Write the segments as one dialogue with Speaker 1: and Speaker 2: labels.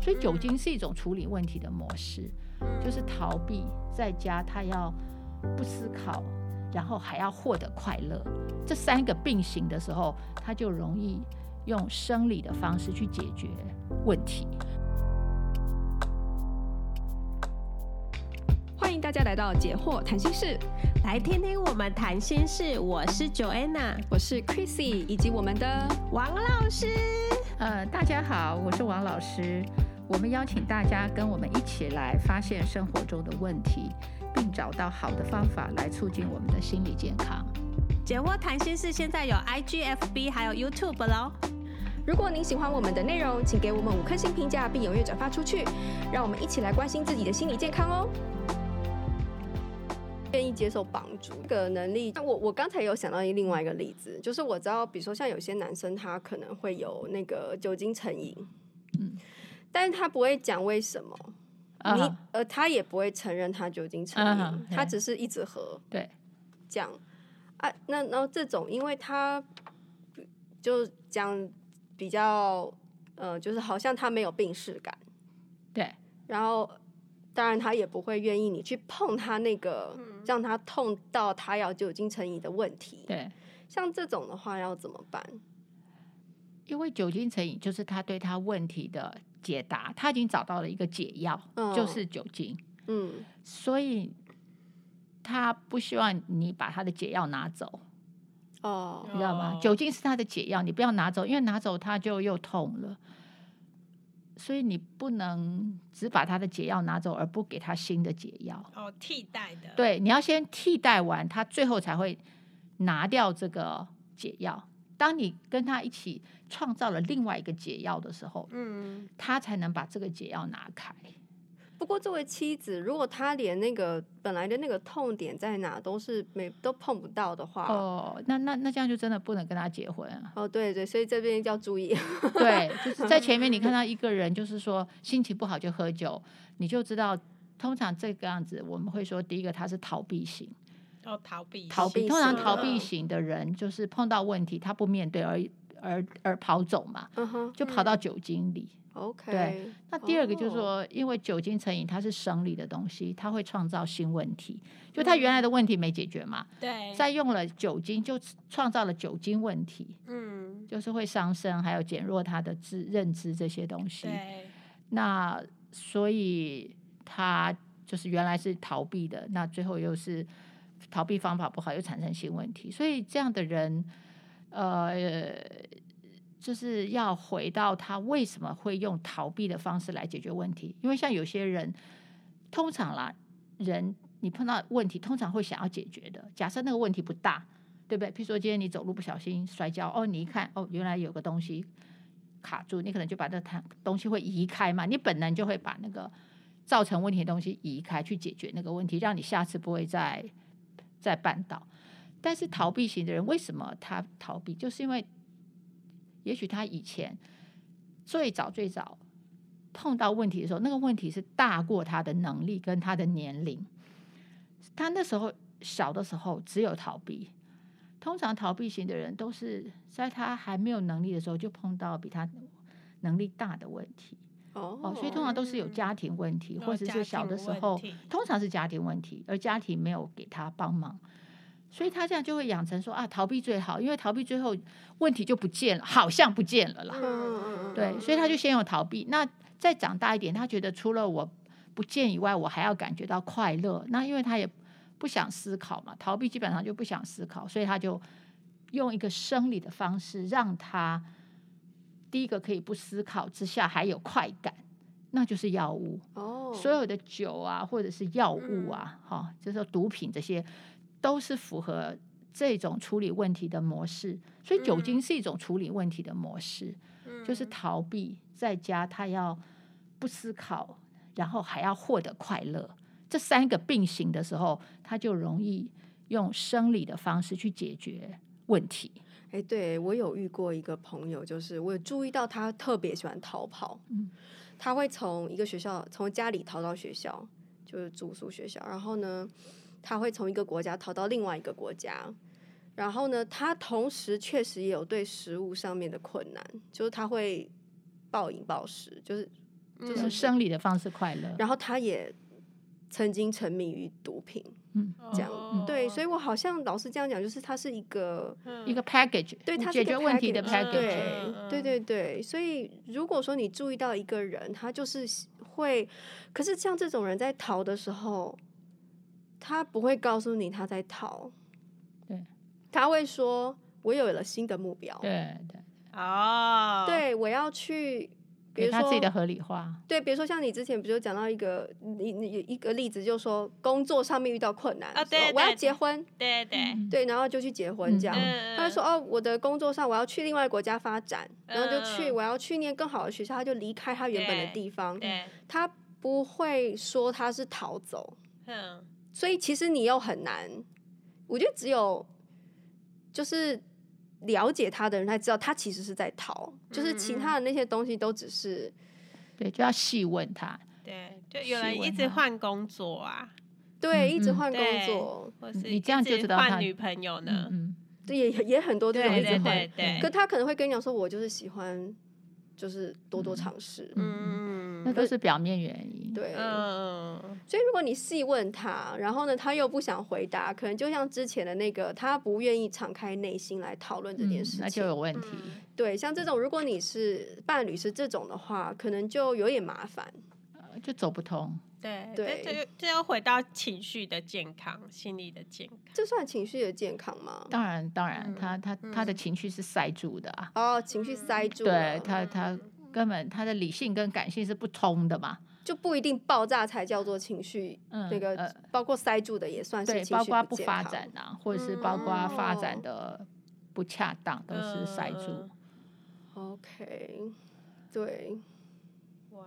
Speaker 1: 所以酒精是一种处理问题的模式，
Speaker 2: 嗯
Speaker 1: 就是逃避，再加他要不思考，然后还要获得快乐，这三个并行的时候，他就容易用生理的方式去解决问题。
Speaker 2: 欢迎大家来到解惑谈心室，
Speaker 3: 来听听我们谈心事。我是 Joanna
Speaker 2: 我是 Chrissy，以及我们的
Speaker 3: 王老师。
Speaker 1: 呃，大家好，我是王老师。我们邀请大家跟我们一起来发现生活中的问题，并找到好的方法来促进我们的心理健康。
Speaker 3: 解惑谈心事现在有 IGFB 还有 YouTube 喽。
Speaker 2: 如果您喜欢我们的内容，请给我们五颗星评价，并踊跃转发出去，让我们一起来关心自己的心理健康哦。愿意接受帮助这个能力，那我我刚才有想到一另外一个例子，就是我知道，比如说像有些男生他可能会有那个酒精成瘾，
Speaker 1: 嗯
Speaker 2: 但是他不会讲为什么，
Speaker 1: 啊
Speaker 2: 你呃他也不会承认他酒精成瘾，
Speaker 1: 啊
Speaker 2: 他
Speaker 1: 对
Speaker 2: 只是一直喝，
Speaker 1: 对，
Speaker 2: 讲啊，那然后这种，因为他就讲比较呃，就是好像他没有病逝感，
Speaker 1: 对，
Speaker 2: 然后当然他也不会愿意你去碰他那个、让他痛到他要酒精成瘾的问题。
Speaker 1: 对，
Speaker 2: 像这种的话要怎么办？
Speaker 1: 因为酒精成瘾就是他对他问题的解答，他已经找到了一个解药，
Speaker 2: 嗯
Speaker 1: 就是酒精，
Speaker 2: 嗯
Speaker 1: 所以他不希望你把他的解药拿走，
Speaker 2: 哦
Speaker 1: 你知道吗
Speaker 4: 哦？
Speaker 1: 酒精是他的解药，你不要拿走，因为拿走他就又痛了。所以你不能只把他的解药拿走，而不给他新的解药。
Speaker 4: 哦，替代的，，
Speaker 1: 对，你要先替代完，他最后才会拿掉这个解药。当你跟他一起创造了另外一个解药的时候，
Speaker 4: 嗯，
Speaker 1: 他才能把这个解药拿开。
Speaker 2: 不过作为妻子，如果他连那个本来的那个痛点在哪都是没都碰不到的话，哦。
Speaker 1: 哦，那那那这样就真的不能跟他结婚啊
Speaker 2: 对对，所以这边要注意。
Speaker 1: 对，就是在前面你看到一个人，就是说心情不好就喝酒，你就知道。通常这个样子，我们会说，第一个他是逃避型，
Speaker 4: 要哦逃避，
Speaker 1: 逃避。通常
Speaker 2: 型
Speaker 1: 逃
Speaker 2: 的
Speaker 1: 避型的人，就是碰到问题他不面对而而而跑走嘛，
Speaker 2: 嗯哼
Speaker 1: 就跑到酒精里。
Speaker 2: ，OK。
Speaker 1: 对那第二个就是
Speaker 2: 嗯哦
Speaker 1: 说，因为酒精成瘾，它是生理的东西，它会创造新问题。就它原来的问题没解决嘛，
Speaker 4: 对，
Speaker 1: 再用了酒精，就创造了酒精问题，
Speaker 4: 嗯，
Speaker 1: 就是会伤身，还有减弱他的知认知这些东西。
Speaker 4: 对，
Speaker 1: 那所以他就是原来是逃避的，那最后又是逃避方法不好，又产生新问题。所以这样的人，呃，就是要回到他为什么会用逃避的方式来解决问题，因为像有些人，通常啦，人你碰到问题，通常会想要解决的。假设那个问题不大，对不对？譬如说今天你走路不小心摔跤，哦，你一看，哦，原来有个东西卡住，你可能就把这它东西会移开嘛，你本能就会把那个造成问题的东西移开，去解决那个问题，让你下次不会再再绊倒。但是逃避型的人为什么他逃避？就是因为也许他以前最早最早碰到问题的时候，那个问题是大过他的能力跟他的年龄。他那时候小的时候只有逃避，通常逃避型的人都是在他还没有能力的时候就碰到比他能力大的问题
Speaker 2: 哦
Speaker 1: 哦，所以通常都是有
Speaker 4: 嗯
Speaker 1: 家庭问题，
Speaker 4: 哦
Speaker 1: 或者是小的时候
Speaker 4: 家庭问题
Speaker 1: 通常是家庭问题，而家庭没有给他帮忙，所以他这样就会养成说啊，逃避最好，因为逃避最后问题就不见了，好像不见了啦。
Speaker 2: 嗯嗯嗯
Speaker 1: 对，所以他就先有逃避。那再长大一点，他觉得除了我不见以外，我还要感觉到快乐。那因为他也不想思考嘛，逃避基本上就不想思考，所以他就用一个生理的方式让他第一个可以不思考之下还有快感，那就是药物。
Speaker 2: 哦，嗯
Speaker 1: 所有的酒啊，或者是药物啊，哈、就是说毒品这些，都是符合这种处理问题的模式。所以酒
Speaker 2: 嗯
Speaker 1: 精是一种处理问题的模式，
Speaker 3: 嗯
Speaker 1: 就是逃避，再加他要不思考，然后还要获得快乐，这三个并行的时候，他就容易用生理的方式去解决问题。
Speaker 2: 哎、对我有遇过一个朋友，就是我有注意到他特别喜欢逃跑，
Speaker 1: 嗯
Speaker 2: 他会从一个学校从家里逃到学校，就是住宿学校，然后呢，他会从一个国家逃到另外一个国家。然后呢，他同时确实也有对食物上面的困难，就是他会暴饮暴食，就是
Speaker 4: 嗯
Speaker 2: 就
Speaker 1: 用
Speaker 2: 是
Speaker 1: 生理的方式快乐。
Speaker 2: 然后他也曾经沉迷于毒品，
Speaker 1: 嗯，
Speaker 2: 这样
Speaker 4: 哦
Speaker 2: 对，所以我好像老是这样讲，就是他是一个
Speaker 4: 嗯
Speaker 1: 一个 package，
Speaker 2: 对，它是
Speaker 1: 解
Speaker 2: 一个
Speaker 1: 决问题的
Speaker 2: package，
Speaker 1: package，
Speaker 4: 嗯
Speaker 2: 对对对对，所以如果说你注意到一个人，他就是喜会，可是像这种人在逃的时候，他不会告诉你他在逃，
Speaker 1: 对，
Speaker 2: 他会说我有了新的目标，
Speaker 1: 对对，
Speaker 4: 哦，
Speaker 2: 对我要去，比
Speaker 1: 给
Speaker 2: 如
Speaker 1: 他自己的
Speaker 2: 说。
Speaker 1: 合理化，
Speaker 2: 对，比如说像你之前不就讲到一个你你有一个例子，就说工作上面遇到困难
Speaker 4: 啊
Speaker 2: 的时候
Speaker 4: 对
Speaker 2: 我要
Speaker 4: 对
Speaker 2: 结
Speaker 4: 对
Speaker 2: 婚，
Speaker 4: 对对，
Speaker 1: 嗯
Speaker 2: 对，然后就去结婚这样，
Speaker 4: 嗯，
Speaker 2: 他就说：“哦，我的工作上我要去另外一个国家发展，然后就去，
Speaker 4: 嗯
Speaker 2: 我要去念更好的学校。”他就离开他原本的
Speaker 4: 对
Speaker 2: 地方，
Speaker 4: 对，
Speaker 2: 他不会说他是逃走，
Speaker 4: 嗯，
Speaker 2: 所以其实你又很难。我觉得只有就是了解他的人才知道，他其实是在逃，就是其
Speaker 4: 嗯嗯
Speaker 2: 他的那些东西都只是
Speaker 1: 对，就要细问他，
Speaker 4: 对，就有人
Speaker 1: 喜欢
Speaker 4: 一直
Speaker 1: 他
Speaker 4: 换工作啊，
Speaker 1: 嗯
Speaker 2: 对，一直
Speaker 1: 嗯
Speaker 2: 换工
Speaker 4: 对
Speaker 2: 作，
Speaker 4: 或是
Speaker 1: 你这样
Speaker 4: 一
Speaker 1: 就
Speaker 4: 直
Speaker 1: 知道他
Speaker 4: 换女朋友
Speaker 1: 嗯
Speaker 4: 呢，
Speaker 1: 嗯，
Speaker 2: 对，也也很多这种一
Speaker 4: 对
Speaker 2: 直
Speaker 4: 对
Speaker 2: 换
Speaker 4: 对。对，
Speaker 2: 可他可能会跟你讲说：“我就是喜欢，就是多多尝试。
Speaker 4: 嗯
Speaker 1: 那都是表面原因，
Speaker 2: 对，
Speaker 4: 嗯，
Speaker 2: 所以如果你细问他，然后呢，他又不想回答，可能就像之前的那个，他不愿意敞开内心来讨论这件
Speaker 1: 嗯
Speaker 2: 事
Speaker 1: 那
Speaker 2: 情。
Speaker 1: 就有问题，
Speaker 4: 嗯
Speaker 2: 对，像这种，如果你是伴侣是这种的话，可能就有点麻烦。
Speaker 1: 呃
Speaker 2: 嗯
Speaker 1: 就走不通。
Speaker 4: 对
Speaker 2: 对
Speaker 4: 对，这就这又回到情绪的健康，心理的健康，
Speaker 2: 这算情绪的健康吗？
Speaker 1: 当然，当然，
Speaker 4: 嗯
Speaker 1: 他他他的情绪是塞住的啊，
Speaker 2: 哦，情绪塞住了，
Speaker 1: 对他他
Speaker 2: 嗯
Speaker 1: 根本他的理性跟感性是不通的嘛，
Speaker 2: 就不一定爆炸才叫做情绪，
Speaker 1: 嗯
Speaker 2: 那个、
Speaker 1: 呃
Speaker 2: 包括塞住的也算是
Speaker 1: 对，
Speaker 2: 情绪
Speaker 1: 包括
Speaker 2: 不
Speaker 1: 不
Speaker 2: 健
Speaker 1: 发
Speaker 2: 康
Speaker 1: 展啊，或者是包括发展
Speaker 2: 嗯
Speaker 1: 的不恰当，都是塞住
Speaker 4: 嗯。
Speaker 2: OK，对
Speaker 4: 哇，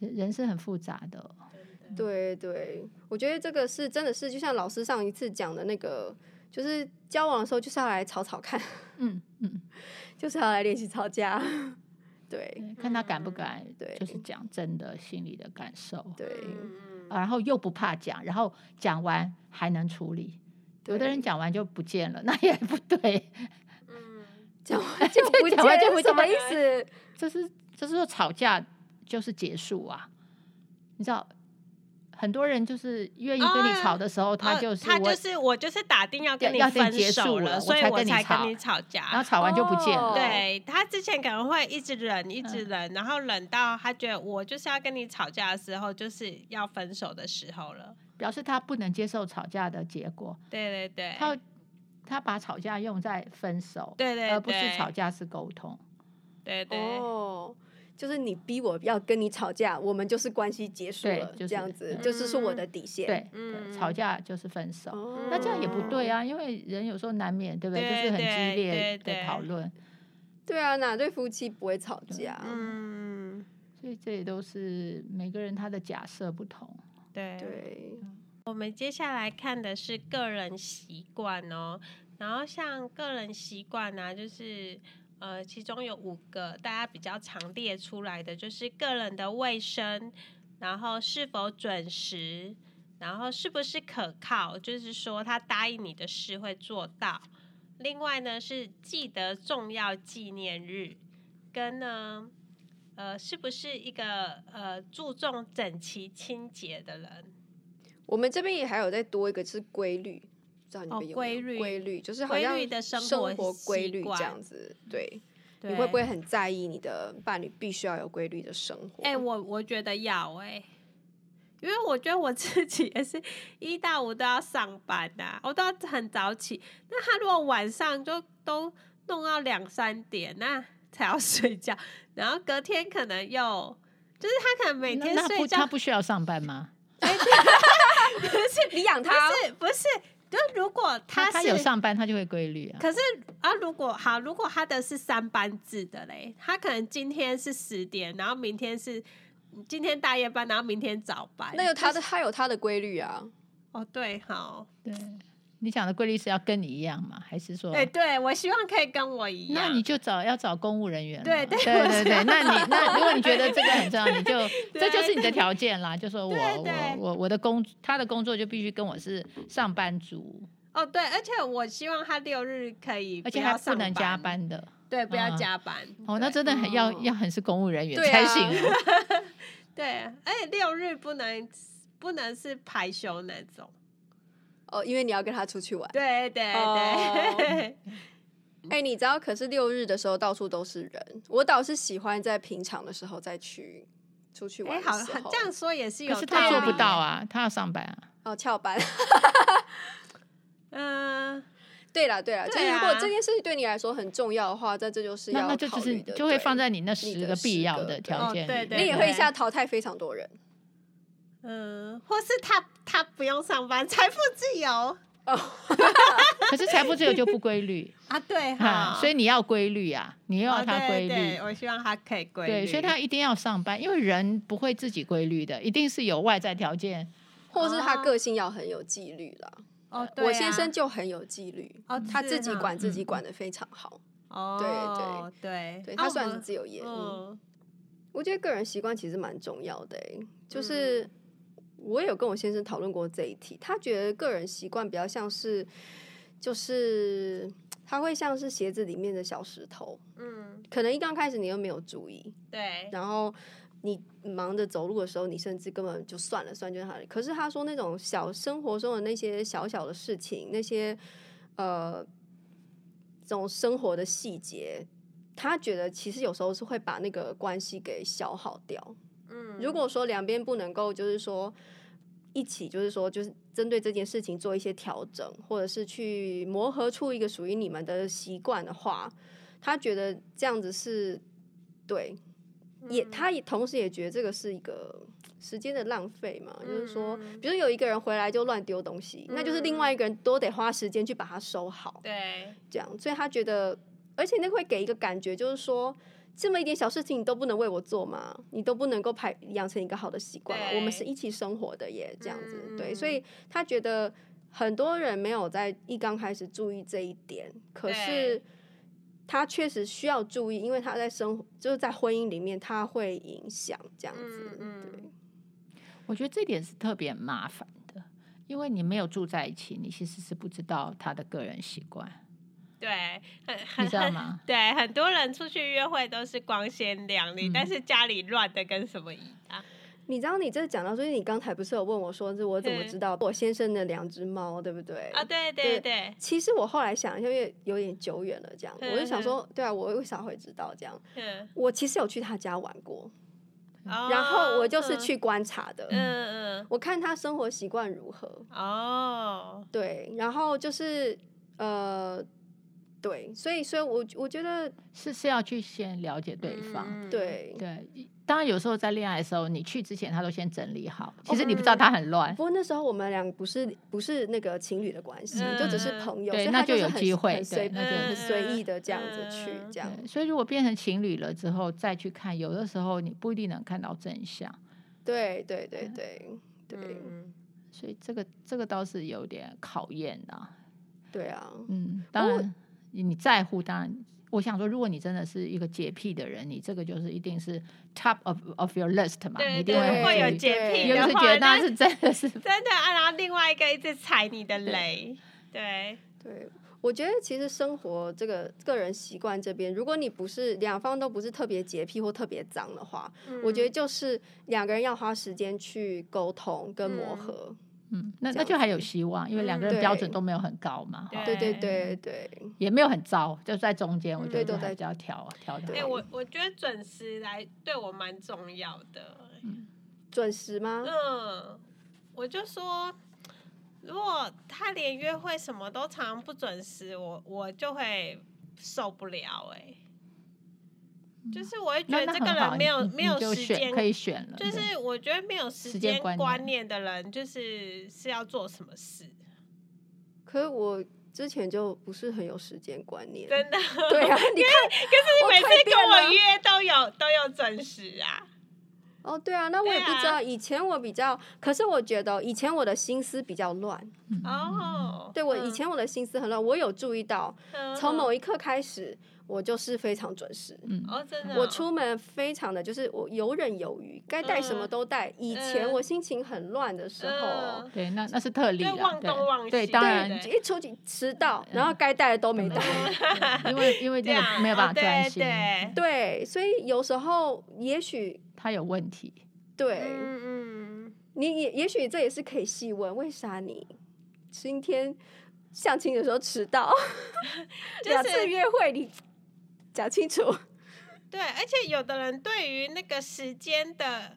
Speaker 1: 人人是很复杂的，
Speaker 4: 真的
Speaker 2: 对对，我觉得这个是真的是，就像老师上一次讲的那个，就是交往的时候就是要来吵吵看。
Speaker 1: 嗯嗯，
Speaker 2: 就是要来练习吵架。 对
Speaker 1: 对看他敢不敢，
Speaker 2: 哎嗯对
Speaker 1: 就是讲真的心里的感受，
Speaker 2: 对
Speaker 4: 嗯嗯
Speaker 1: 啊然后又不怕讲，然后讲完还能处理。有的人
Speaker 2: 对
Speaker 1: 讲完就不见了，那 也不对，
Speaker 4: 嗯
Speaker 2: 讲完就不
Speaker 1: 讲完
Speaker 2: 见
Speaker 1: 就不
Speaker 2: 什么意
Speaker 1: 见
Speaker 2: 思？
Speaker 1: 这是这是说吵架就是结束啊，你知道。很多人就是愿意跟你
Speaker 4: 啊
Speaker 1: 吵的时候，他
Speaker 4: 哦
Speaker 1: 就是
Speaker 4: 他
Speaker 1: 我，
Speaker 4: 就是我就是打定要跟
Speaker 1: 要
Speaker 4: 你
Speaker 1: 要
Speaker 4: 分
Speaker 1: 结
Speaker 4: 手
Speaker 1: 束了
Speaker 4: 所以
Speaker 1: 我才
Speaker 4: 我
Speaker 1: 跟你
Speaker 4: 才
Speaker 1: 吵
Speaker 4: 跟你吵架。
Speaker 1: 然后吵完就不见了。
Speaker 2: 哦
Speaker 4: 啊对他之前可能会一直忍，一
Speaker 1: 嗯
Speaker 4: 直忍，然后忍到他觉得我就是要跟你吵架的时候，就是要分手的时候了。
Speaker 1: 表示他不能接受吵架的结果，
Speaker 4: 对对对，
Speaker 1: 他他把吵架用在分手，
Speaker 4: 对对
Speaker 1: 呃而不是
Speaker 4: 对
Speaker 1: 吵架是沟通。
Speaker 4: 对对，
Speaker 2: 哦，就是你逼我要跟你吵架，我们就是关系结束
Speaker 1: 对
Speaker 2: 了，
Speaker 1: 就是
Speaker 2: 这样子，
Speaker 1: 嗯
Speaker 2: 就是是我的底线。
Speaker 1: 对，
Speaker 4: 嗯
Speaker 1: 对吵架就是分手。
Speaker 2: 哦，
Speaker 1: 那这样也不对啊，因为人有时候难免，对不对？
Speaker 4: 对
Speaker 1: 就是很激烈
Speaker 4: 对对
Speaker 1: 的讨论，
Speaker 2: 对啊，哪对夫妻不会吵架？
Speaker 4: 嗯，
Speaker 1: 所以这也都是每个人他的假设不同。
Speaker 4: 对。
Speaker 2: 对，
Speaker 4: 我们接下来看的是个人习惯哦，然后像个人习惯呢、就是呃，其中有五个大家比较常列出来的，就是个人的卫生，然后是否准时，然后是不是可靠，就是说他答应你的事会做到。另外呢是记得重要纪念日，跟呢。呃，是不是一个呃注重整齐清洁的人？
Speaker 2: 我们这边也还有再多一个是规律，不知道你们
Speaker 4: 哦
Speaker 2: 有没有
Speaker 4: 规律
Speaker 2: 规律就是好像
Speaker 4: 规律的生活
Speaker 2: 生活规律
Speaker 4: 习
Speaker 2: 这
Speaker 4: 惯
Speaker 2: 样子。对，
Speaker 4: 对
Speaker 2: 你会不会很在意你的伴侣必须要有规律的生活？
Speaker 4: 哎、我我觉得要哎、因为我觉得我自己也是一到五都要上班呐、我都要很早起。那他如果晚上就都弄到两三点，那才要 睡觉，然后隔天可能又就是他可能每
Speaker 1: 那
Speaker 4: 天
Speaker 1: 那
Speaker 4: 睡
Speaker 1: 不
Speaker 4: 觉
Speaker 1: 他不需要上班吗？
Speaker 2: 你养
Speaker 4: 不
Speaker 2: 他
Speaker 4: 是不是，就如果
Speaker 1: 他
Speaker 4: 是
Speaker 1: 他有上班，他就会规律啊。
Speaker 4: 可是啊，如果好，如果他的是三班制的嘞，他可能今天是十点，然后明天是今天大夜班，然后明天早班。
Speaker 2: 那有他的，他有他的规律啊。
Speaker 4: 哦，对，好，
Speaker 1: 对，你讲的规律是要跟你一样嘛，还是说？
Speaker 4: 哎、对我希望可以跟我一样。
Speaker 1: 啊那你就找要找公务人员了
Speaker 4: 对对
Speaker 1: 对
Speaker 4: 我
Speaker 1: 对
Speaker 4: 是
Speaker 1: 对，那你那如果你觉得这个很重要，你就这
Speaker 4: 对
Speaker 1: 就是你的条件啦，就说我
Speaker 4: 对对
Speaker 1: 我我我的工他的工作就必须跟我是上班族，
Speaker 4: 哦，对，而且我希望他六日可以，
Speaker 1: 而且还不能加，班的。
Speaker 4: 对，不要
Speaker 1: 嗯
Speaker 4: 加班。
Speaker 1: 哦，那真的很要
Speaker 2: 哦
Speaker 1: 要很是公务人员
Speaker 2: 对
Speaker 1: 才
Speaker 2: 啊
Speaker 1: 行哦。
Speaker 4: 对，而且六日不能不能是排休那种。
Speaker 2: 哦，因为你要跟他出去玩。
Speaker 4: 对对
Speaker 2: 哦
Speaker 4: 对，嗯
Speaker 2: 哎、你知道，可是六日的时候到处都是人，我倒是喜欢在平常的时候再去出去
Speaker 4: 哎、
Speaker 2: 玩的
Speaker 4: 好
Speaker 2: 时
Speaker 4: 好
Speaker 2: 候
Speaker 4: 这样说也是有
Speaker 1: 可
Speaker 4: 道
Speaker 1: 是他
Speaker 4: 理。
Speaker 1: 做不到啊，他要上班啊。
Speaker 2: 哦，翘班。
Speaker 4: 嗯，
Speaker 2: 对啦，对啦，就
Speaker 4: 对
Speaker 2: 是如
Speaker 4: 啊
Speaker 2: 果这件事情对你来说很重要的话，那这就是
Speaker 1: 那
Speaker 2: 要
Speaker 1: 那这就
Speaker 2: 考
Speaker 1: 是
Speaker 2: 虑的
Speaker 1: 就会
Speaker 2: 对
Speaker 1: 放在你那
Speaker 2: 你
Speaker 1: 十
Speaker 2: 的
Speaker 1: 个必
Speaker 2: 十
Speaker 1: 要
Speaker 2: 个
Speaker 1: 的
Speaker 2: 对
Speaker 1: 条
Speaker 4: 哦
Speaker 1: 件里
Speaker 4: 对
Speaker 1: 面。
Speaker 4: 对
Speaker 2: 你也
Speaker 4: 对
Speaker 2: 会一下淘汰非常多人。
Speaker 4: 嗯，或是他他不用上班，财富自由
Speaker 1: 可是财富自由就不规律
Speaker 4: 啊， 对哈、
Speaker 1: 哈，嗯所以你要规律啊，你又
Speaker 4: 哦
Speaker 1: 要他规
Speaker 4: 对
Speaker 1: 律
Speaker 4: 对，。我希望他可以规律。
Speaker 1: 对，所以他一定要上班，因为人不会自己规律的，一定是有外在条件。
Speaker 2: 或是他
Speaker 4: 哦
Speaker 2: 个性要很有纪律啦。
Speaker 4: 哦，对啊、
Speaker 2: 我先生就很有纪律，
Speaker 4: 哦
Speaker 2: 他
Speaker 4: 是
Speaker 2: 自己
Speaker 4: 哈
Speaker 2: 管自己
Speaker 1: 嗯
Speaker 2: 管的非常好。
Speaker 4: 哦，对对
Speaker 2: 对
Speaker 4: 啊
Speaker 2: 他
Speaker 4: 我
Speaker 2: 算是
Speaker 4: 们
Speaker 2: 自由业，嗯，
Speaker 4: 嗯
Speaker 2: 我觉得个人习惯其实蛮重要的、欸，就是我有跟我先生讨论过这一题，他觉得个人习惯比较像是，就是他会像是鞋子里面的小石头，
Speaker 4: 嗯，
Speaker 2: 可能一刚开始你又没有注意，
Speaker 4: 对，
Speaker 2: 然后你忙着走路的时候，你甚至根本就算了算就好了。可是他说那种小生活中的那些小小的事情，那些呃这种生活的细节，他觉得其实有时候是会把那个关系给消耗掉。
Speaker 4: 嗯，
Speaker 2: 如果说两边不能够，就是说。一起就是说，就是针对这件事情做一些调整，或者是去磨合出一个属于你们的习惯的话，他觉得这样子是对，也，
Speaker 4: 嗯
Speaker 2: 他也同时也觉得这个是一个时间的浪费嘛，就是说，
Speaker 4: 嗯
Speaker 2: 比如有一个人回来就乱丢东西，那就是另外一个人多得花时间去把它收好，
Speaker 4: 对，
Speaker 2: 这样，所以他觉得，而且那会给一个感觉，就是说。这么一点小事情你都不能为我做吗？你都不能够排养成一个好的习惯吗？
Speaker 4: 对
Speaker 2: 我们是一起生活的耶，这样子、
Speaker 4: 嗯
Speaker 2: 对，所以他觉得很多人没有在一刚开始注意这一点，可是
Speaker 4: 对
Speaker 2: 他确实需要注意，因为他在生活就是在婚姻里面，他会影响这样子，
Speaker 4: 嗯嗯
Speaker 2: 对。
Speaker 1: 我觉得这点是特别麻烦的，因为你没有住在一起，你其实是不知道他的个人习 惯，
Speaker 4: 对，很
Speaker 1: 你
Speaker 4: 很
Speaker 1: 知道
Speaker 4: 很
Speaker 1: 吗？
Speaker 4: 对，很多人出去约会都是光鲜亮丽，
Speaker 1: 嗯
Speaker 4: 但是家里乱的跟什么一样。
Speaker 2: 你知道你这讲到，所以你刚才不是有问我说，是我怎么知道我先生的两只猫，对不对？
Speaker 4: 啊，对对对，
Speaker 2: 其实我后来想一下，因为有点久远了，这样
Speaker 4: 嗯
Speaker 2: 我就想说，对啊，我为啥会知道这样？
Speaker 4: 嗯，
Speaker 2: 我其实有去他家玩过，
Speaker 4: 哦
Speaker 2: 然后我就是，去观察的，
Speaker 4: 嗯嗯
Speaker 2: 我看他生活习惯如何，
Speaker 4: 嗯，哦，
Speaker 2: 对，然后就是呃，对，所以所以我我觉得
Speaker 1: 是是要去先了解对方。
Speaker 4: 嗯，
Speaker 2: 对，
Speaker 1: 对，当然有时候在恋爱的时候，你去之前他都先整理
Speaker 4: 哦
Speaker 1: 好，其实你不知道他很
Speaker 4: 嗯
Speaker 1: 乱。
Speaker 2: 不过那时候我们俩不是不是那个情侣的关系，
Speaker 4: 嗯
Speaker 2: 就只是朋友，
Speaker 1: 对
Speaker 2: 所以
Speaker 1: 那
Speaker 2: 他
Speaker 1: 就是有
Speaker 2: 很
Speaker 1: 机会
Speaker 2: 很
Speaker 1: 对
Speaker 2: 随
Speaker 1: 那就
Speaker 2: 很随意的这样子去
Speaker 4: 嗯嗯
Speaker 2: 这样。
Speaker 1: 对，所以如果变成情侣了之后再去看，有的时候你不一定能看到真相，
Speaker 2: 对对对对对
Speaker 4: 嗯
Speaker 1: 所以这个这个倒是有点考验的、啊。
Speaker 2: 对啊！
Speaker 1: 嗯，当
Speaker 2: 过
Speaker 1: 然你在乎，当然我想说，如果你真的是一个洁癖的人，你这个就是一定是 top of of your list 嘛，你一
Speaker 4: 对
Speaker 1: 定
Speaker 2: 会
Speaker 4: 对，会有
Speaker 1: 注意
Speaker 4: 洁
Speaker 2: 对
Speaker 4: 癖
Speaker 1: 有
Speaker 4: 的
Speaker 1: 是
Speaker 4: 话，
Speaker 1: 觉得那
Speaker 4: 那
Speaker 1: 是真的是
Speaker 4: 真的啊，然后另外一个一直踩你的雷，对，
Speaker 2: 对，我觉得其实生活这个个人习惯这边，如果你不是两方都不是特别洁癖或特别脏的话，
Speaker 4: 嗯
Speaker 2: 我觉得就是两个人要花时间去沟通跟磨
Speaker 4: 嗯
Speaker 2: 合。
Speaker 1: 嗯，那
Speaker 2: 这
Speaker 1: 那
Speaker 2: 样
Speaker 1: 就还有希望，因为两个人
Speaker 2: 对
Speaker 1: 标准都没有很高嘛，哈
Speaker 2: 对对对
Speaker 4: 对
Speaker 2: 对，
Speaker 1: 也没有很糟，就在中间，我
Speaker 4: 嗯
Speaker 1: 觉
Speaker 2: 对
Speaker 1: 得
Speaker 2: 都在
Speaker 1: 还是要调啊调的
Speaker 4: 哎、
Speaker 2: 对。
Speaker 4: 我我觉得准时来对我蛮重要的、
Speaker 2: 准时吗？
Speaker 4: 嗯，我就说，如果他连约会什么都常常不准时，我我就会受不了、哎，就是我会觉
Speaker 1: 那
Speaker 4: 得
Speaker 1: 那
Speaker 4: 这个
Speaker 1: 很好，
Speaker 4: 人没有
Speaker 1: 你你
Speaker 4: 没有
Speaker 1: 你就
Speaker 4: 时间
Speaker 1: 选可以选了，对
Speaker 4: 就是我觉得没有时
Speaker 1: 时间
Speaker 4: 间
Speaker 1: 观
Speaker 4: 观念的人，就是是要做什么事，
Speaker 2: 可是我之前就不是很有时间观念。
Speaker 4: 真的。
Speaker 2: 对啊，你看，
Speaker 4: 可
Speaker 2: 我
Speaker 4: 是每
Speaker 2: 蜕
Speaker 4: 次
Speaker 2: 变
Speaker 4: 跟我
Speaker 2: 了
Speaker 4: 约都有都有准时啊。
Speaker 2: 哦，对啊，那我也
Speaker 4: 对
Speaker 2: 不知
Speaker 4: 啊
Speaker 2: 道。以前我比较，可是我觉得以前我的心思比较乱。
Speaker 1: 嗯
Speaker 4: 哦，
Speaker 2: 对我以前我的心思很乱，我有注意到，
Speaker 4: 嗯
Speaker 2: 从某一刻开始，我就是非常准时。
Speaker 1: 嗯，
Speaker 4: 哦真的哦
Speaker 2: 我出门非常的就是我游刃有余，该带什么
Speaker 4: 嗯
Speaker 2: 都带。以前
Speaker 4: 嗯
Speaker 2: 我心情很乱的时候
Speaker 4: 嗯，
Speaker 1: 对，那那是特例
Speaker 4: 就
Speaker 1: 了，
Speaker 4: 忘东忘
Speaker 1: 对对，
Speaker 4: 西
Speaker 1: 当
Speaker 4: 对
Speaker 1: 然
Speaker 4: 对嗯
Speaker 2: 一出去迟到，然后该带的都没带。
Speaker 1: 嗯 因为因为
Speaker 4: 这
Speaker 1: 那
Speaker 4: 样
Speaker 1: 个没有办
Speaker 4: 哦
Speaker 1: 法
Speaker 4: 对
Speaker 1: 专心，
Speaker 4: 对
Speaker 2: 对，所以有时候也许
Speaker 1: 他有问题，
Speaker 2: 对、
Speaker 4: 嗯嗯，
Speaker 2: 你也也许这也是可以细问，为啥你今天相亲的时候迟到，
Speaker 4: 就
Speaker 2: 两、次
Speaker 4: 是
Speaker 2: 约会你讲清 楚，
Speaker 4: 对，而且有的人对于那个时间的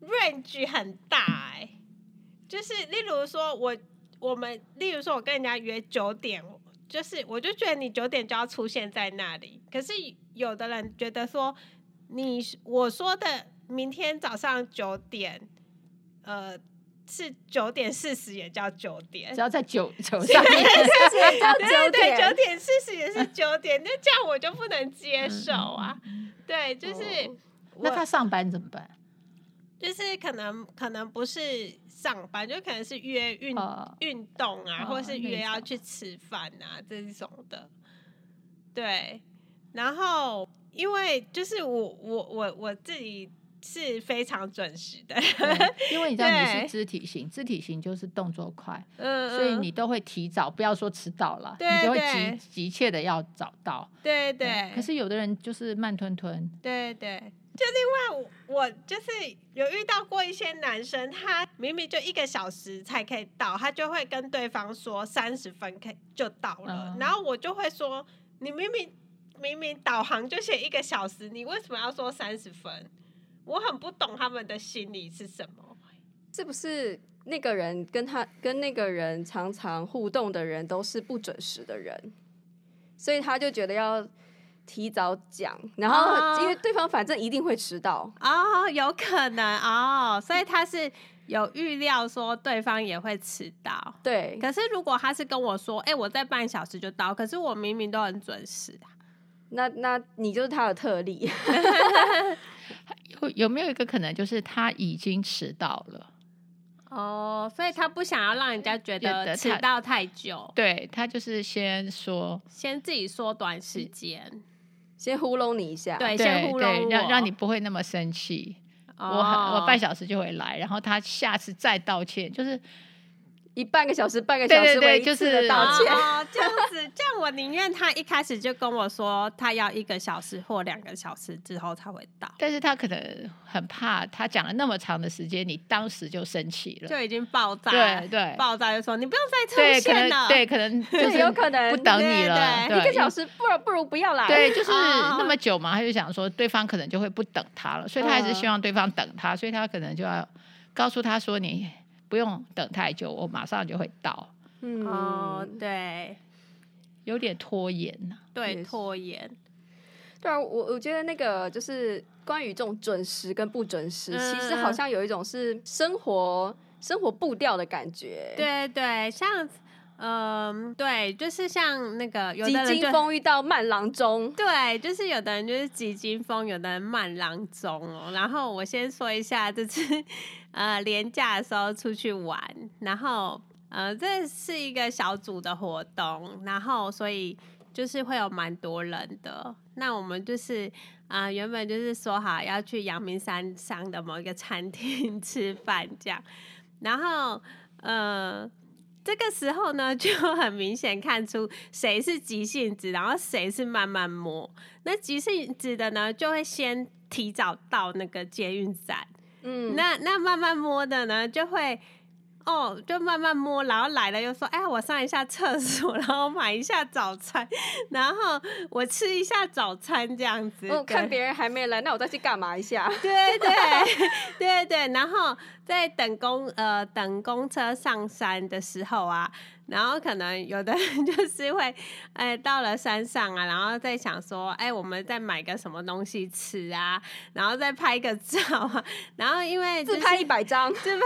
Speaker 4: range 很大、哎，就是例如说我我们，例如说我跟人家约九点，就是我就觉得你九点就要出现在那里，可是有的人觉得说你我说的明天早上九点，呃。是九点四十也叫九点
Speaker 1: 只，要在 酒酒上面
Speaker 2: 直接到
Speaker 4: 对
Speaker 2: 九
Speaker 4: 对，九
Speaker 2: 点，
Speaker 4: 点四十也是九点，那这样我就不能接
Speaker 1: 嗯
Speaker 4: 受啊。对，就是、
Speaker 2: 哦
Speaker 4: 我
Speaker 1: 那他上班怎么办？
Speaker 4: 就是可能可能不是上班，就可能是约运、
Speaker 1: 哦
Speaker 4: 运动啊，
Speaker 1: 哦
Speaker 4: 或是约
Speaker 1: 那
Speaker 4: 要
Speaker 1: 种
Speaker 4: 去吃饭啊这一种的。对，然后因为就是我我我我自己是非常准时的，
Speaker 1: 对因为你知道你
Speaker 4: 对
Speaker 1: 是肢体型，肢体型就是动作快，
Speaker 4: 嗯，
Speaker 1: 所以
Speaker 4: 嗯
Speaker 1: 你都会提早，不要说迟到了，
Speaker 4: 对
Speaker 1: 你就
Speaker 4: 对
Speaker 1: 会急急切的要找到。
Speaker 4: 对对，
Speaker 1: 嗯可是有的人就是慢吞吞，
Speaker 4: 对对，就另外我我就是有遇到过一些男生，他明明就一个小时才可以到，他就会跟对方说三十分可以就到了，
Speaker 1: 嗯
Speaker 4: 然后我就会说你明明明明导航就写一个小时，你为什么要说三十分？我很不懂他们的心理是什么。
Speaker 2: 是不是？那个人跟他跟那个人常常互动的人都是不准时的人，所以他就觉得要提早讲，然
Speaker 4: 啊
Speaker 2: 后因为对方反正一定会迟到，
Speaker 4: 哦，有可能哦，所以他是有预料说对方也会迟到。
Speaker 2: 对，
Speaker 4: 可是如果他是跟我说，哎、我在半小时就到，可是我明明都很准时啊。
Speaker 2: 那那你就是他的特例，
Speaker 1: 有有没有一个可能就是他已经迟到了？
Speaker 4: 哦，所以他不想要让人家觉
Speaker 1: 觉
Speaker 4: 得
Speaker 1: 得
Speaker 4: 迟
Speaker 1: 他
Speaker 4: 到太久，
Speaker 1: 对他就是先说，
Speaker 4: 先自己缩短时间，
Speaker 2: 先糊弄你一下，
Speaker 4: 对，哎先
Speaker 1: 对
Speaker 4: 糊弄
Speaker 1: 对，
Speaker 4: 我，
Speaker 1: 让让你不会那么生气。
Speaker 4: 哦，
Speaker 1: 我很我半小时就会来，然后他下次再道歉，就是
Speaker 2: 以半个小时、半个小
Speaker 1: 对
Speaker 2: 时
Speaker 1: 对对
Speaker 2: 为一次
Speaker 1: 就是啊
Speaker 2: 的道歉。
Speaker 4: 哦，这样子，这样我宁愿他一开始就跟我说他要一个小时或两个小时之后才会到，
Speaker 1: 但是他可能很怕，他讲了那么长的时间，你当时就生气了。
Speaker 4: 就已经爆炸，
Speaker 1: 对对
Speaker 4: 爆炸就说你不用再
Speaker 1: 对，
Speaker 4: 出
Speaker 1: 可
Speaker 4: 现了，
Speaker 1: 能对，可 能就是
Speaker 2: 有可能
Speaker 1: 不等你了，对
Speaker 4: 对
Speaker 2: 一个小。时不如不如不要来。
Speaker 1: 对，就是
Speaker 4: 啊
Speaker 1: 那么久嘛，他就想说对方可能就会不等他了，所以他还是
Speaker 4: 嗯
Speaker 1: 希望对方等他，所以他可能就要告诉他说你不用等太久，我马上就会到，
Speaker 2: 嗯，
Speaker 4: 哦，对
Speaker 1: 有点拖延呐、
Speaker 4: 对，
Speaker 2: 也是
Speaker 4: 拖延，
Speaker 2: 对啊，我我觉得那个就是关于这种准时跟不准时，
Speaker 4: 嗯
Speaker 2: 其实好像有一种是生活生活步调的感觉。，
Speaker 4: 对对，像嗯、对，就是像那个有
Speaker 2: 急
Speaker 4: 的人就
Speaker 2: 惊风遇到慢郎中，
Speaker 4: 对，就是有的人就是几经风，有的人慢郎中哦。然后我先说一下，这次呃廉假的时候出去玩，然后呃这是一个小组的活动，然后所以就是会有蛮多人的。那我们就是呃原本就是说好要去阳明山上的某一个餐厅 吃饭这样，然后呃这个时候呢，就很明显看出谁是急性子，然后谁是慢慢摸。那急性子的呢，就会先提早到那个捷运站，
Speaker 2: 嗯，
Speaker 4: 那那慢慢摸的呢，就会哦，就慢慢摸，然后来了又说，哎，我上一下厕所， 然后买一下早餐，然后我吃一下早餐这样子。
Speaker 2: 我哦看
Speaker 4: 对
Speaker 2: 别人还没来，那我再去干嘛一下？
Speaker 4: 对对对对，然后在等公呃等公车上山的时候啊，然后可能有的人就是会哎到了山上啊，然后再想说哎我们再买个什么东西吃啊，然后再拍个照啊，然后因为、就是、
Speaker 2: 自拍一百张，
Speaker 4: 自拍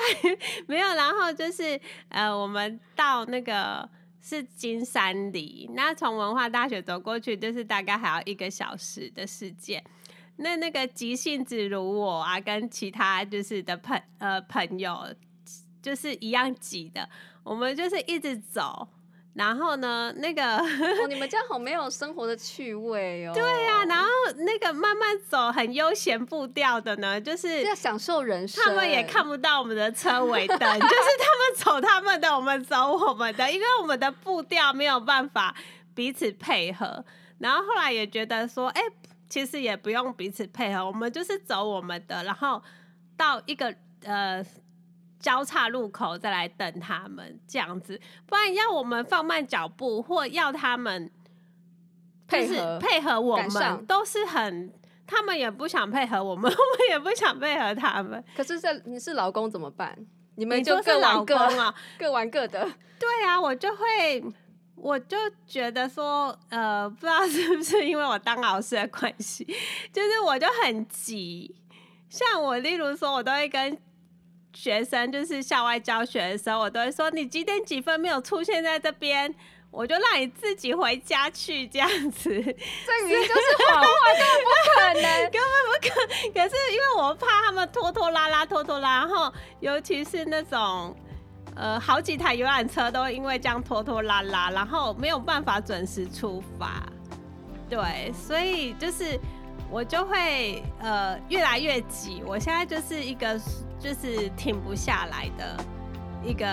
Speaker 4: 没有，然后就是呃，我们到那个是金山里，那从文化大学走过去，就是大概还要一个小时的时间。那那个急性子如我啊，跟其他就是的朋呃朋友，就是一样急的，我们就是一直走，然后呢，那个
Speaker 2: 哦，你们这样好没有生活的趣味哦。对
Speaker 4: 对啊，然后那个慢慢走，很悠闲步调的呢，就是
Speaker 2: 要享受人生，
Speaker 4: 他们也看不到我们的车尾 灯，就是他们走他们的，我们走我们的，因为我们的步调没有办法彼此配合。然后后来也觉得说，哎、其实也不用彼此配合，我们就是走我们的，然后到一个呃交叉路口再来等他们这样子，不然要我们放慢脚步或要他们就
Speaker 2: 配
Speaker 4: 是
Speaker 2: 合
Speaker 4: 配合我
Speaker 2: 赶
Speaker 4: 们，
Speaker 2: 上
Speaker 4: 都是很。他们也不想配合我们，我们也不想配合他们。
Speaker 2: 可是这你是老公怎么办？你们
Speaker 4: 你
Speaker 2: 就
Speaker 4: 说
Speaker 2: 各
Speaker 4: 是老
Speaker 2: 玩各
Speaker 4: 公，啊、
Speaker 2: 各玩各的。
Speaker 4: 对啊，我就会，我就觉得说，呃， 不知道是不是因为我当老师的关系，就是我就很急。像我，例如说，我都会跟学生，就是校外教学的时候，我都会说，你几点几分没有出现在这边，我就让你自己回家去这样子。
Speaker 2: 这明明就是 谎话，根本不可能。
Speaker 4: 可是因为我怕他们拖拖拉拉、拖拖拉，然后尤其是那种呃好几台游览车都因为这样拖拖拉拉，然后没有办法准时出发。对，所以就是我就会呃越来越急，我现在就是一个就是停不下来的一个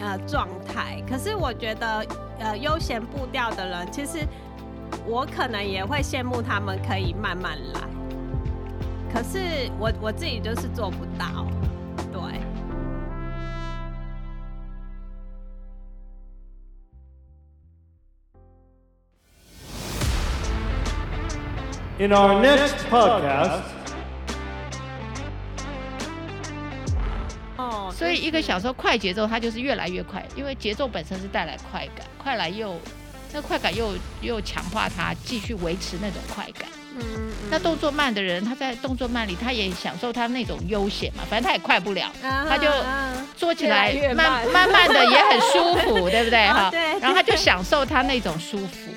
Speaker 4: 呃状态。可是我觉得呃悠闲步调的人，其实我可能也会羡慕他们可以慢慢来。可是我我自己就是做不到，对。
Speaker 5: In our next podcast,
Speaker 4: 哦，
Speaker 1: 所以一个小
Speaker 4: 时
Speaker 1: 时候快节奏，它就是越来越快，因为节奏本身是带来快感，快来又那快感又又强化它，继续维持那种快感。
Speaker 4: 嗯，
Speaker 1: 那动作慢的人，他在动作慢里，他也享受他那种悠闲嘛，反正他也快不了，
Speaker 4: 他
Speaker 1: 他就
Speaker 4: 啊
Speaker 1: 坐起来
Speaker 2: 越来越
Speaker 1: 慢
Speaker 2: 慢
Speaker 1: 慢慢的也很舒服，对不对
Speaker 4: 哦
Speaker 1: 哈？
Speaker 4: 对
Speaker 1: 然后他就享受他那种舒服。